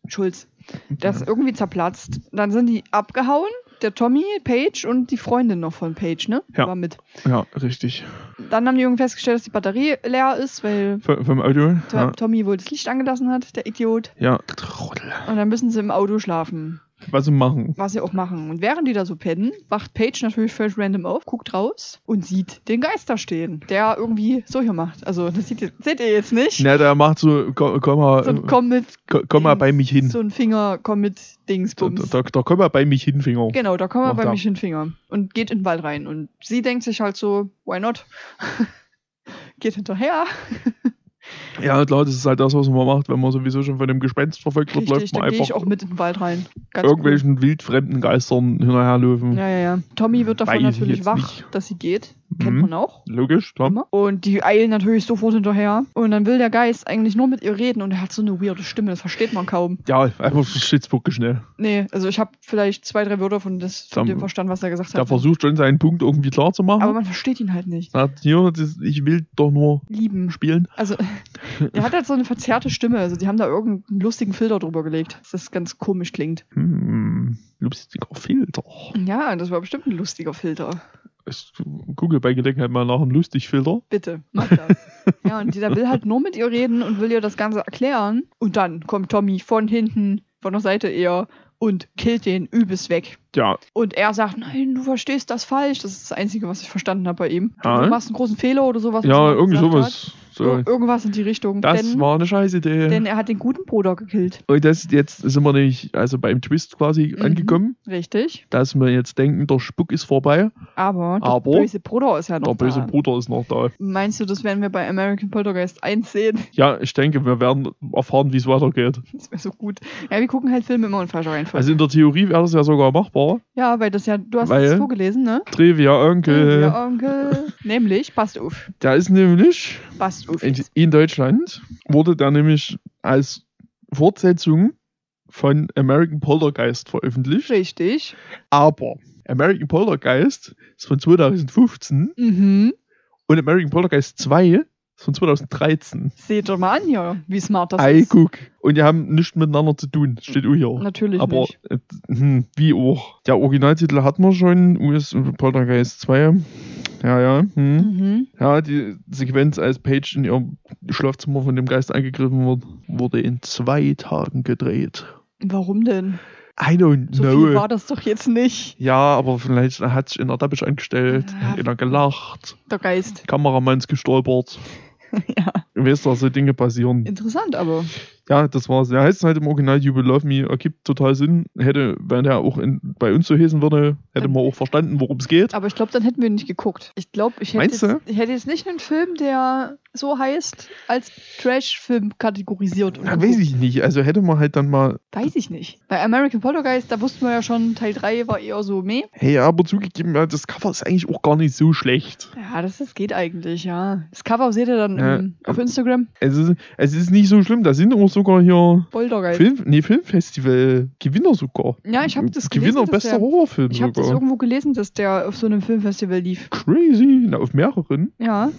Schulz. Der
Mhm.
ist irgendwie zerplatzt. Dann sind die abgehauen. Der Tommy, Paige und die Freundin noch von Paige, ne?
Ja.
War mit.
ja. ja, richtig.
Dann haben die irgendwie festgestellt, dass die Batterie leer ist, weil
V vom Audio?
To-
Ja.
Tommy wohl das Licht angelassen hat, der Idiot.
ja. Trottel.
Und dann müssen sie im Auto schlafen,
Was sie machen.
was sie auch machen. Und während die da so pennen, wacht Paige natürlich völlig random auf, guckt raus und sieht den Geist da stehen, der irgendwie so hier macht. Also, das seht ihr, seht ihr jetzt nicht.
Na, der macht so, komm, komm mal,
So ein komm mit
komm, komm mal bei mich hin.
So ein Finger, komm mit
Da,
Dingsbums.
da, da komm mal bei mich hin, Finger.
Genau, da kommen wir
Macht
bei
er.
mich den Finger und geht in den Wald rein. Und sie denkt sich halt so, why not? geht hinterher.
Ja, klar, das ist halt das, was man macht, wenn man sowieso schon von einem Gespenst verfolgt wird,
Richtig,
läuft man
dann gehe ich
einfach
auch mit in den Wald rein. Ganz cool.
irgendwelchen wildfremden Geistern hinterherlaufen.
Ja, ja, ja. Tommy wird davon
Weiß ich
natürlich
jetzt
wach,
nicht.
dass sie geht. Kennt
Mhm.
man auch.
Logisch, klar.
Immer. Und die eilen natürlich sofort hinterher. Und dann will der Geist eigentlich nur mit ihr reden und er hat so eine weirde Stimme, das versteht man kaum.
Ja, einfach Schlitzbucke schnell.
Nee, also ich habe vielleicht zwei, drei Wörter von, des, von
Dann-
dem verstanden, was er gesagt
Der
hat.
versucht schon seinen Punkt irgendwie klar zu machen.
Aber man versteht ihn halt nicht.
sagt, hier, das, ich will doch nur
Lieben.
spielen.
Also, er hat halt so eine verzerrte Stimme. Also, die haben da irgendeinen lustigen Filter drüber gelegt, dass das ganz komisch klingt.
Hm, lustiger Filter.
Ja, das war bestimmt ein lustiger Filter.
Ich google bei Gelegenheit mal nach einem Lustigfilter.
Bitte, mach das. ja, und dieser will halt nur mit ihr reden und will ihr das Ganze erklären. Und dann kommt Tommy von hinten, von der Seite eher und killt den übelst weg.
Ja,
Und er sagt, nein, du verstehst das falsch. Das ist das Einzige, was ich verstanden habe bei ihm.
Ah, Ja.
Du machst einen großen Fehler oder sowas. was
ja,
er
irgendwie
gesagt
sowas.
hat.
So,
Ir- Irgendwas in die Richtung.
das
Oh, denn,
war eine scheiß Idee.
denn er hat den guten Bruder gekillt.
Und das, jetzt sind wir nämlich also beim Twist quasi
Mhm.
angekommen,
Richtig.
dass wir jetzt denken, der Spuck ist vorbei,
Aber der
Aber
böse Bruder ist ja noch
der böse
da.
Bruder ist noch da.
Meinst du, das werden wir bei American Poltergeist 1 sehen?
Ja, ich denke, wir werden erfahren, wie es weitergeht.
Das wäre so gut. Ja, wir gucken halt Filme immer in falscher Reihenfolge.
Also in der Theorie wäre das ja sogar machbar.
Ja, weil das ja, du hast
Also- Weil-
es vorgelesen, ne?
Trivia, Onkel,
Ja, Onkel. Nämlich, passt auf,
der ist nämlich
passt auf.
in, in Deutschland, wurde der nämlich als Fortsetzung von American Poltergeist veröffentlicht.
Richtig.
Aber American Poltergeist ist von 2015
Mhm.
und American Poltergeist 2 ist von 2013.
Seht doch mal an, ja, wie smart das
Ei,
ist.
guck. Und die haben nichts miteinander zu tun. Das steht auch hier.
Natürlich
Aber
nicht.
äh, hm, wie auch. Der Originaltitel hatten wir schon, US und Poltergeist 2. Ja, ja. Hm.
Mhm.
Ja, die Sequenz, als Paige in ihrem Schlafzimmer von dem Geist angegriffen wird, wurde in zwei Tagen gedreht.
Warum denn?
I don't
So viel
know.
war das doch jetzt nicht.
ja, aber vielleicht hat sich in der Teppich angestellt,
Ja.
hat einer gelacht,
Der Geist.
Kameramann ist gestolpert.
ja.
Weißt du, so Dinge passieren.
Interessant aber.
Ja, das war's. Der heißt halt im Original You Will Love Me, ergibt total Sinn. Hätte, wenn er auch in, bei uns so hießen würde, hätte man auch verstanden, worum es geht.
Aber ich glaube, dann hätten wir nicht geguckt. Ich glaube, ich, hätte
Meinst du?
jetzt- ich hätte jetzt nicht einen Film, der so heißt, als Trash-Film kategorisiert. und
Na, weiß ich nicht. Also hätte man halt dann mal,
Weiß ich nicht. Bei American Poltergeist, da wussten wir ja schon, Teil 3 war eher so meh.
hey, aber zugegeben, ja, das Cover ist eigentlich auch gar nicht so schlecht.
Ja, das, das geht eigentlich, ja. Das Cover seht ihr dann
Ja.
im, auf Instagram.
Es ist, es ist nicht so schlimm. Da sind auch sogar hier
Poltergeist.
Film, nee, Filmfestival-Gewinner sogar.
Ja, ich habe das gelesen.
Gewinner
dass
bester
der,
Horrorfilm
ich habe das
sogar.
irgendwo gelesen, dass der auf so einem Filmfestival lief.
Crazy. Na, auf mehreren.
Ja,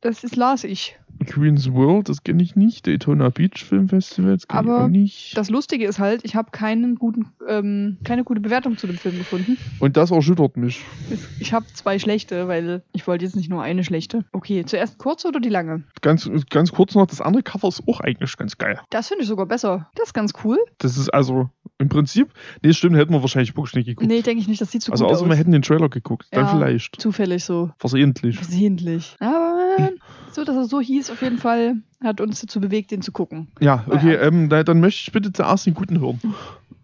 das ist, las ich.
Queen's World, das kenne ich nicht. Daytona Beach Film Festival, das kenne ich
Aber
auch nicht.
Das Lustige ist halt, ich habe keinen guten, ähm, keine gute Bewertung zu dem Film gefunden.
Und das erschüttert mich.
Es- Ich habe zwei schlechte, weil ich wollte jetzt nicht nur eine schlechte. Okay, zuerst kurz oder die lange?
Ganz, ganz kurz noch, das andere Cover ist auch eigentlich ganz geil.
Das finde ich sogar besser. Das ist ganz cool.
Das ist also im Prinzip, nee, stimmt, hätten wir wahrscheinlich wirklich nicht geguckt.
Nee, denke ich nicht, das sieht zu
also
gut
außer
aus.
wir hätten den Trailer geguckt. Dann
Ja.
vielleicht.
Zufällig so.
Versehentlich.
Versehentlich. Aber so, dass er so hieß, auf jeden Fall hat uns dazu bewegt, den zu gucken.
Ja,
Weil-
okay, ähm, da, dann möchte ich bitte zuerst den guten hören.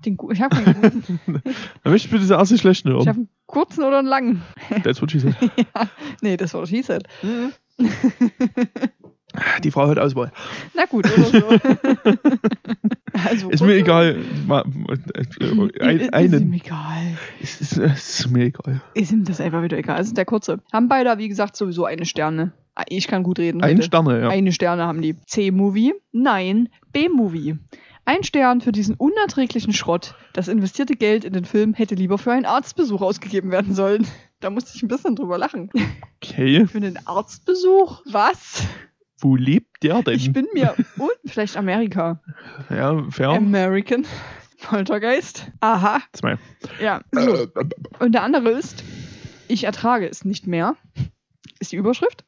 Den, gu- ich habe keinen guten.
Dann möchte ich bitte zuerst den schlechten
ich habe
hören.
einen kurzen oder einen langen.
That's what she said. Mm-hmm.
Nee, das war doch hieß halt.
Die Frau hört Auswahl.
Na gut, oder so. also,
Ist mir egal. Ma-
Ein,
äh,
ist, ist
ein-
ihm
Einen.
egal.
Ist, ist, ist mir egal.
Ist ihm das einfach wieder egal. Also der kurze. Haben beide, wie gesagt, sowieso eine Sterne. Ah, Ich kann gut reden.
Ein
heute.
Sterne, ja.
Eine Sterne haben die. C-Movie? Nein, B-Movie. Ein Stern für diesen unerträglichen Schrott. Das investierte Geld in den Film hätte lieber für einen Arztbesuch ausgegeben werden sollen. Da musste ich ein bisschen drüber lachen.
Okay.
Für einen Arztbesuch? Was?
Wo lebt der denn?
Ich bin mir und vielleicht Amerika.
ja, fair.
Ähm, American Poltergeist. Aha.
Zwei.
Ja.
Äh,
Und der andere ist, ich ertrage es nicht mehr, ist die Überschrift.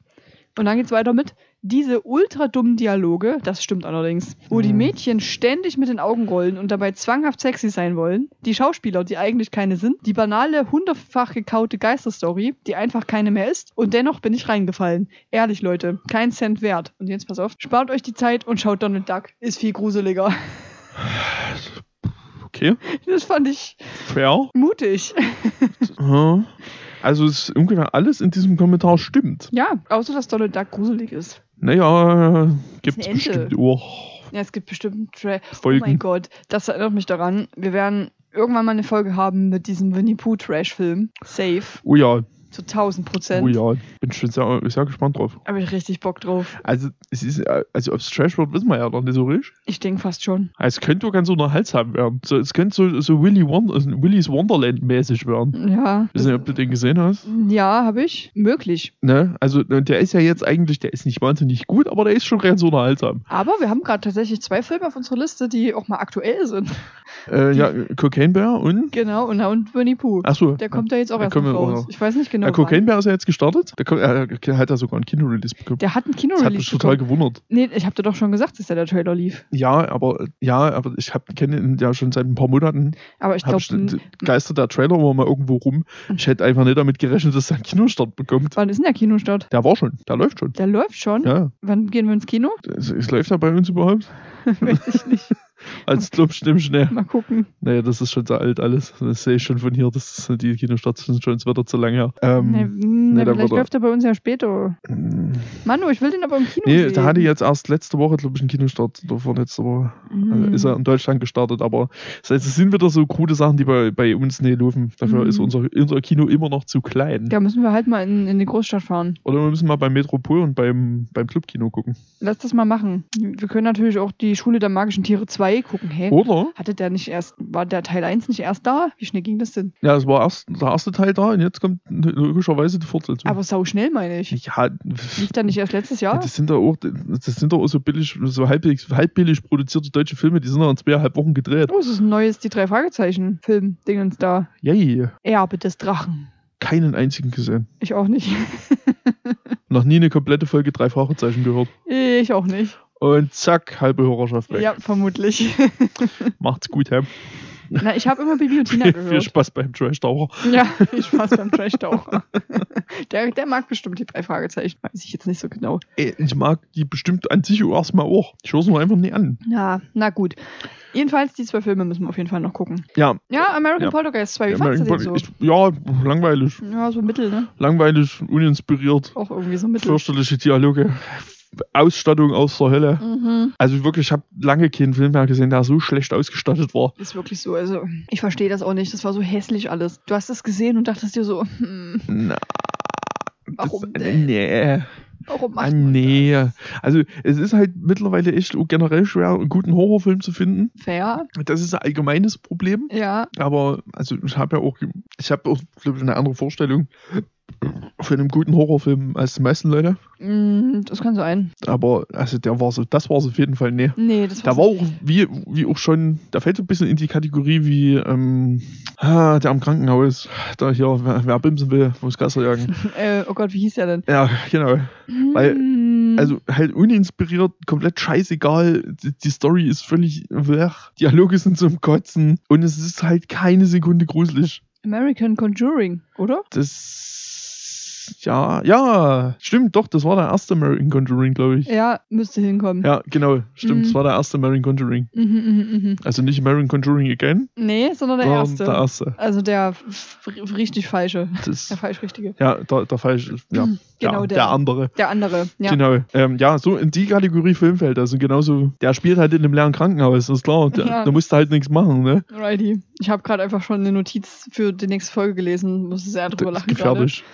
Und dann geht's weiter mit, diese ultra dummen Dialoge, das stimmt allerdings, wo die
Mhm.
Mädchen ständig mit den Augen rollen und dabei zwanghaft sexy sein wollen, die Schauspieler, die eigentlich keine sind, die banale, hundertfach gekaute Geisterstory, die einfach keine mehr ist, und dennoch bin ich reingefallen. Ehrlich, Leute, kein Cent wert. Und jetzt pass auf, spart euch die Zeit und schaut Donald Duck, ist viel gruseliger.
okay,
Das fand ich
fair.
mutig.
Aha. Also es ist ungefähr alles in diesem Kommentar stimmt.
Ja, außer dass Donald Duck gruselig ist.
Naja, gibt
Ist
es
eine Ente.
bestimmt Oh. auch
Ja, es gibt bestimmt einen Trash. Oh mein
Folgen.
Gott, das erinnert mich daran. Wir werden irgendwann mal eine Folge haben mit diesem Winnie Pooh Trash-Film. Safe.
Oh, ja,
Zu 1000 Prozent.
oh ja, bin schon sehr, sehr gespannt drauf.
Habe ich richtig Bock drauf.
Also es ist, äh, also ob es Trash wird, wissen wir ja noch nicht so richtig.
Ich denke fast schon.
Es könnte auch ganz unterhaltsam werden. So, es könnte so, so Willy Wonder, Willy's Wonderland mäßig werden.
Ja.
Ich weiß nicht, ob du den gesehen hast.
Ja, habe ich. Möglich.
Ne? Also und der ist ja jetzt eigentlich, der ist nicht wahnsinnig gut, aber der ist schon ganz unterhaltsam.
Aber wir haben gerade tatsächlich zwei Filme auf unserer Liste, die auch mal aktuell sind.
Äh, ja, Cocaine Bear und...
Genau, und, und Winnie Pooh.
Achso.
Der kommt ja jetzt auch
da
erst
kommen
noch
wir auch
raus.
noch.
Ich weiß nicht genau.
Ja, äh, Cocaine
wann.
Bear ist ja jetzt gestartet. Der, kommt, äh, der hat ja sogar einen Kinorelease bekommen.
Der hat einen
das hat mich
Kinorelease.
total
bekommen.
gewundert.
Nee, ich hab dir doch schon gesagt, dass da der Trailer lief.
Ja, aber ja, aber ich hab, kenne ihn ja schon seit ein paar Monaten.
Aber ich Hm.
Hab
glaube,
ich, geistert der Trailer immer mal irgendwo rum. Ich hätte einfach nicht damit gerechnet, dass er einen Kinostart bekommt.
wann ist denn der Kinostart?
Der war schon, der läuft schon.
Der läuft schon.
Ja,
Wann gehen wir ins Kino?
es, es läuft ja bei uns überhaupt.
Weiß ich nicht.
Als Club stimmt schnell.
Mal gucken.
Naja, das ist schon so alt alles. Das sehe ich schon von hier. Das ist, die Kinostarts sind schon wieder zu lange her. Ähm,
Nee,
nee,
nee,
da
hm, vielleicht
wird er-
läuft er bei uns ja später.
mh.
Manu, ich will den aber im Kino
nee,
sehen.
der hatte jetzt erst letzte Woche, glaube ich, einen Kinostart. Oder vorletzte Woche. Also
Mhm.
ist er in Deutschland gestartet, aber das heißt, es sind wieder so krude Sachen, die bei, bei uns nicht laufen. Dafür
Mhm.
ist unser, unser Kino immer noch zu klein.
Da müssen wir halt mal in, in die Großstadt fahren.
Oder wir müssen mal beim Metropol und beim, beim Clubkino gucken.
Lass das mal machen. Wir können natürlich auch die Schule der magischen Tiere 2 gucken. Hä?
Oder?
Hatte der nicht erst, war der Teil 1 nicht erst da? Wie schnell ging das denn?
Ja, es war erst der erste Teil da und jetzt kommt logischerweise die Fortsetzung.
Aber sau schnell, meine ich.
ja,
Lief der nicht erst letztes Jahr?
Hm. das sind doch auch, das sind doch auch so billig, so halbwegs, halbbillig produzierte deutsche Filme, die sind doch in zweieinhalb Wochen gedreht.
oh, es ist ein neues, die drei Fragezeichen-Film-Dingens da.
Yay,
Erbe des Drachen.
keinen einzigen gesehen.
Ich auch nicht.
Noch nie eine komplette Folge drei Fragezeichen gehört.
Ich auch nicht.
Und zack, halbe Hörerschaft weg.
Ja, vermutlich.
Macht's gut, Herr.
Na, ich habe immer Bibi und Tina
Viel, viel
gehört.
Spaß beim Trash-Taucher.
Ja, viel Spaß beim Trash-Taucher. Der, der mag bestimmt die drei Fragezeichen. Weiß ich jetzt nicht so genau.
Ey, Äh, Ich mag die bestimmt an sich erstmal auch. Ich höre es nur einfach nie an.
Ja, na gut. Jedenfalls, die zwei Filme müssen wir auf jeden Fall noch gucken.
Ja,
Ja, American
Ja.
Poltergeist 2, wie
Ja,
fandst du den
American
so?
Pie- ich, ja, langweilig.
Ja, so mittel, ne?
Langweilig, uninspiriert,
Auch irgendwie so mittel.
fürchterliche Dialoge, Ausstattung aus der Hölle.
Mhm.
Also wirklich, ich habe lange keinen Film mehr gesehen, der so schlecht ausgestattet war.
Ist wirklich so, also ich verstehe das auch nicht. Das war so hässlich alles. Du hast das gesehen und dachtest dir so, hm,
Na,
warum
das,
denn?
Äh, nee,
Warum
ah,
macht man
nee. Also es ist halt mittlerweile echt generell schwer, einen guten Horrorfilm zu finden.
das? Fair,
Das ist ein allgemeines Problem.
ja.
Aber also ich habe ja auch, ge- ich habe auch, glaube ich, eine andere Vorstellung von einem guten Horrorfilm als die meisten Leute.
Mm, das kann sein.
Aber also der war so, das war es auf jeden Fall, nee.
Nee, das war,
Da war auch, wie, wie auch schon, da fällt so ein bisschen in die Kategorie wie ähm, ah, der am Krankenhaus, da hier, wer, wer bimsen will, muss Gasser jagen.
so, äh, Oh Gott, wie hieß der denn?
Ja, genau. Weil,
Mm.
Also halt uninspiriert, komplett scheißegal. Die, die Story ist völlig blech. Dialoge sind zum Kotzen. Und es ist halt keine Sekunde gruselig.
American Conjuring, oder?
Das. Ja, ja, stimmt, doch, das war der erste American Conjuring, glaube ich.
Ja, müsste hinkommen.
Ja, genau, stimmt,
Mhm.
das war der erste American Conjuring.
Mhm, mhm, mhm.
Also nicht American Conjuring Again,
Nee, sondern der
sondern
erste.
der erste.
Also der f- f- richtig falsche.
Das,
Der falsch-richtige.
ja, der, der falsche. Ja,
Genau, der.
der, der andere.
Der andere, ja.
Genau. Ähm, ja, so in die Kategorie Film fällt. Also genauso, der spielt halt in einem leeren Krankenhaus, das ist klar. Der,
Ja.
Da musst du halt nichts machen, ne?
Righty. Ich habe gerade einfach schon eine Notiz für die nächste Folge gelesen, muss sehr drüber
Das
lachen.
ist gefährlich.
Gerade.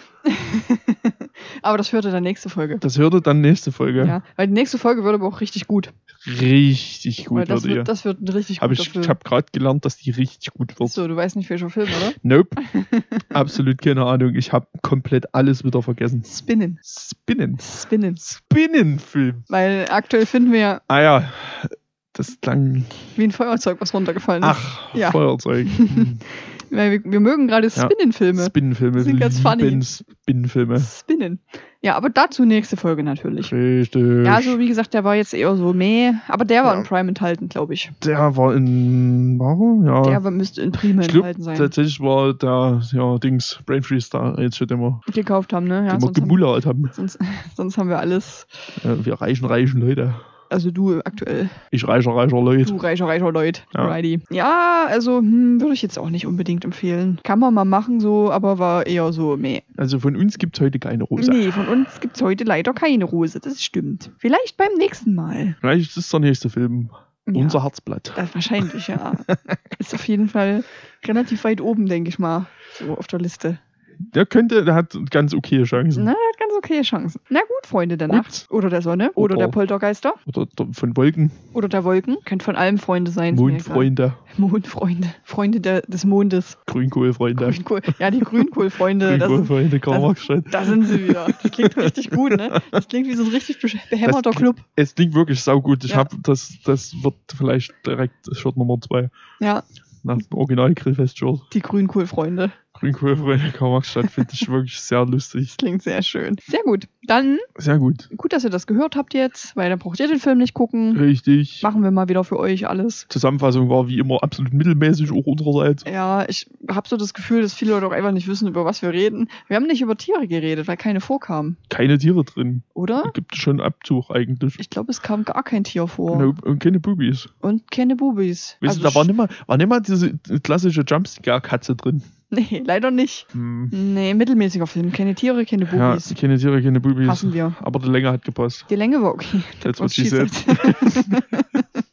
Aber das hörte dann nächste Folge.
Das hört ihr dann nächste Folge.
Ja. Weil die nächste Folge wird aber auch richtig gut.
Richtig
weil
gut
das,
wird ihr.
wird, das wird ein richtig
Hab
guter
ich ich
Film.
habe gerade gelernt, dass die richtig gut wird.
So, du weißt nicht, welcher Film, oder?
Nope. Absolut keine Ahnung. Ich habe komplett alles wieder vergessen.
Spinnen.
Spinnen.
Spinnen.
Spinnenfilm.
Weil aktuell finden wir ja
Ah ja, das klang.
wie ein Feuerzeug, was runtergefallen ist.
Ach,
Ja.
Feuerzeug. Hm.
Weil wir, wir mögen gerade
Ja.
Spinnenfilme.
Spinnenfilme.
Sind ganz
wir
funny.
lieben Spinnenfilme.
Spinnen. Ja, aber dazu nächste Folge natürlich.
Richtig.
Ja, also wie gesagt, der war jetzt eher so meh, aber der war
Ja.
in Prime enthalten, glaube ich.
der war in. Warum? Ja.
Der war, müsste in Prime
ich glaub,
enthalten sein.
tatsächlich war der ja, Dings, Brain Freeze da jetzt schon immer,
Gekauft haben, ne? Ja,
immer
sonst, haben,
gemullert haben.
sonst, sonst haben wir alles.
Ja, Äh, wir reichen, reichen Leute.
Also du aktuell,
Ich reicher, reicher Leute.
du reicher, reicher Leut.
Ja.
Alrighty. Ja, also hm, würde ich jetzt auch nicht unbedingt empfehlen. Kann man mal machen so, aber war eher so meh.
Also von uns gibt es heute keine Rose.
Nee, von uns gibt's heute leider keine Rose, das stimmt. Vielleicht beim nächsten Mal.
Vielleicht ist der nächste Film
Ja.
unser Herzblatt.
Das wahrscheinlich, ja. Ist auf jeden Fall relativ weit oben, denke ich mal, so auf der Liste.
Der könnte, der hat ganz okay Chancen.
Na, der hat ganz okay Chancen. Na gut, Freunde der
Gut. Oh,
Nacht. Oder der Sonne. Oder
Oder-
der Poltergeister.
Oder, der- von Wolken,
Oder der Wolken. Könnt von allem Freunde sein. ist mir egal.
Mondfreunde,
Mondfreunde. Freunde der, des Mondes.
Grünkohlfreunde.
Grünkohl. Ja, die Grünkohlfreunde. das sind,
Grünkohlfreunde, Karl
das-
Marx Stadt.
da sind sie wieder. Das klingt richtig gut, ne? Das klingt wie so ein richtig beh- behämmerter Club.
klingt- Es klingt wirklich saugut. Ich
Ja.
hab, das, das wird vielleicht direkt Shirt Nummer 2
Ja,
nach dem Original Grillfest-Shirt.
die Grünkohlfreunde.
Grünkohlfreunde, Karl Marx Stadt finde ich wirklich sehr lustig.
Das klingt sehr schön. Sehr gut. Dann,
Sehr gut.
gut, dass ihr das gehört habt jetzt, weil dann braucht ihr den Film nicht gucken.
Richtig.
Machen wir mal wieder für euch alles.
Zusammenfassung war wie immer absolut mittelmäßig, auch unsererseits.
Ja, ich habe so das Gefühl, dass viele Leute auch einfach nicht wissen, über was wir reden. Wir haben nicht über Tiere geredet, weil keine vorkamen,
Keine Tiere drin.
oder?
Gibt schon Abzug eigentlich.
Ich glaube, es kam gar kein Tier vor.
Nope, und keine Bubis.
Und keine Bubis. Also
Weißt du, da war nicht, mal, war nicht mal diese klassische Jumpscare-Katze drin.
Nee, leider nicht.
Hm.
Nee, mittelmäßiger Film. Keine Tiere, keine
Ja,
Bubis.
keine Tiere, keine Bubis.
Hassen wir.
Aber die Länge hat gepasst.
Die Länge war okay.
That's what
Und
she
schießt
said.
halt.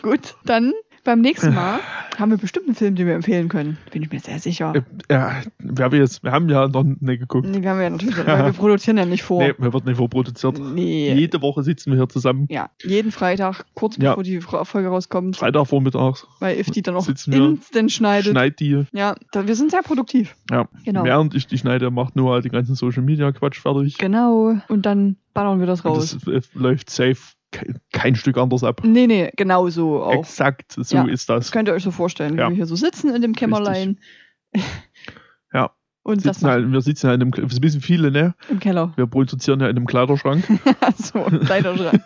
Gut, dann beim nächsten Mal haben wir bestimmt einen Film, den wir empfehlen können. Bin ich mir sehr sicher.
Äh, Ja, wir, haben jetzt, wir haben ja noch nicht geguckt.
Nee, wir haben ja natürlich, weil wir produzieren ja nicht vor.
Nee, wir wird nicht vorproduziert.
Nee.
Jede Woche sitzen wir hier zusammen.
Ja, jeden Freitag, kurz
Ja.
bevor die Fra- Folge rauskommt,
Freitagvormittags.
weil If die dann auch
sitzen wir,
instant schneidet.
Schneid die.
Ja, da, wir sind sehr produktiv.
Ja.
Genau.
Während ich die schneide, macht Noah den ganzen Social Media Quatsch fertig.
Genau. Und dann ballern wir das
Und
raus.
das äh, läuft safe kein, kein Stück anders ab.
nee, nee, genau so auch.
Exakt, so
Ja.
ist das.
Das könnt ihr euch so vorstellen,
Ja.
wie wir hier so sitzen in dem Kämmerlein.
Ja.
Und das
Sitzen halt, wir sitzen ja in einem, wir wissen viele, ne?
im Keller. Also,
Wir produzieren ja in einem Kleiderschrank.
so, Kleiderschrank.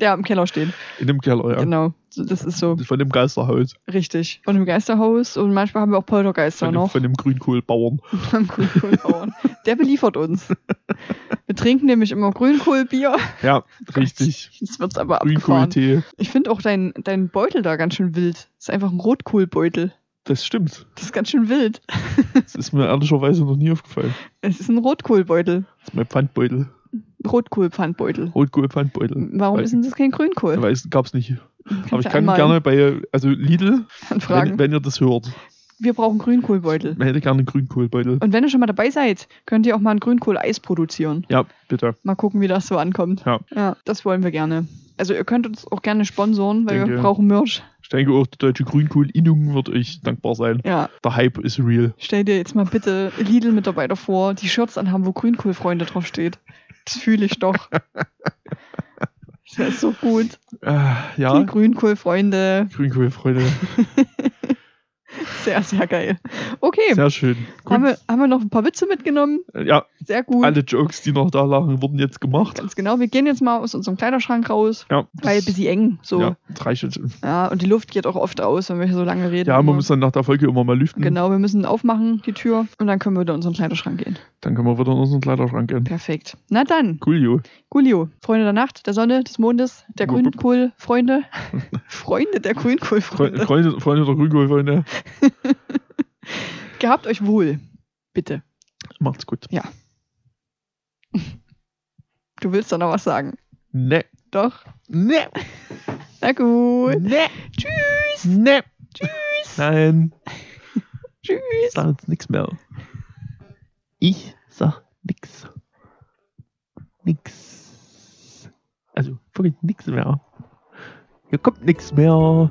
ja, im Keller stehen.
In dem Keller, ja.
Genau. So, Das ist so
Von dem Geisterhaus.
richtig. Von dem Geisterhaus und manchmal haben wir auch Poltergeister
Von dem,
noch.
von dem Grünkohlbauern.
Beim Grünkohlbauern. Der beliefert uns. Wir trinken nämlich immer Grünkohlbier.
Ja, richtig.
Jetzt wird's aber abgefahren.
Grünkohltee.
Ich finde auch deinen dein Beutel da ganz schön wild. Das ist einfach ein Rotkohlbeutel.
Das stimmt.
Das ist ganz schön wild.
Das ist mir ehrlicherweise noch nie aufgefallen.
Es ist ein Rotkohlbeutel.
Das ist mein Pfandbeutel.
Rotkohlpfandbeutel.
Rotkohl-Pfandbeutel.
Warum ist denn das kein Grünkohl?
Weiß, gab's nicht. Aber ich
du
kann
einmal
gerne bei, also Lidl, wenn,
Anfragen.
wenn ihr das hört,
Wir brauchen Grünkohlbeutel.
man hätte gerne einen Grünkohlbeutel.
Und wenn ihr schon mal dabei seid, könnt ihr auch mal ein Grünkohleis produzieren.
Ja, bitte.
Mal gucken, wie das so ankommt.
Ja.
das wollen wir gerne. Also ihr könnt uns auch gerne sponsoren, weil wir
Denke.
brauchen Merch.
Ich denke auch, die deutsche Grünkohl-Innung wird euch dankbar sein.
Ja,
Der Hype ist real.
stell dir jetzt mal bitte Lidl-Mitarbeiter vor, die Shirts anhaben, wo Grünkohlfreunde draufsteht. Das fühle ich doch. das ist so gut.
Äh,
Die
ja,
Grünkohlfreunde.
Grünkohl-Freunde.
Sehr, sehr geil. Okay,
Sehr schön.
haben
Gut.
wir, haben wir noch ein paar Witze mitgenommen.
Ja,
Sehr gut.
alle Jokes, die noch da lagen, wurden jetzt gemacht.
Ganz genau. Wir gehen jetzt mal aus unserem Kleiderschrank raus,
Ja,
weil
das-
bisschen eng. So.
ja, das reicht jetzt. schon.
Ja, und die Luft geht auch oft aus, wenn wir hier so lange reden.
Ja, man muss Mhm. dann nach der Folge immer mal lüften.
Genau, wir müssen aufmachen, die Tür, und dann können wir wieder in unseren Kleiderschrank gehen.
Dann können wir wieder in unseren Kleiderschrank gehen.
Perfekt. Na dann,
Cool, jo.
Gulio, Freunde der Nacht, der Sonne, des Mondes, der
Wupp, wupp.
Grünkohl-Freunde. Freunde der
Fre-
Grünkohl-Freunde.
Freunde, Freunde der Grünkohlfreunde.
Gehabt euch wohl. Bitte.
Macht's gut.
Du willst doch noch was sagen.
Ne.
Doch.
Ne.
Na gut.
Ne.
Tschüss.
Ne.
Tschüss.
Nein.
Tschüss.
Sag uns nichts mehr. Ich sag nix. Nix. Also wirklich nix mehr. Hier kommt nix mehr.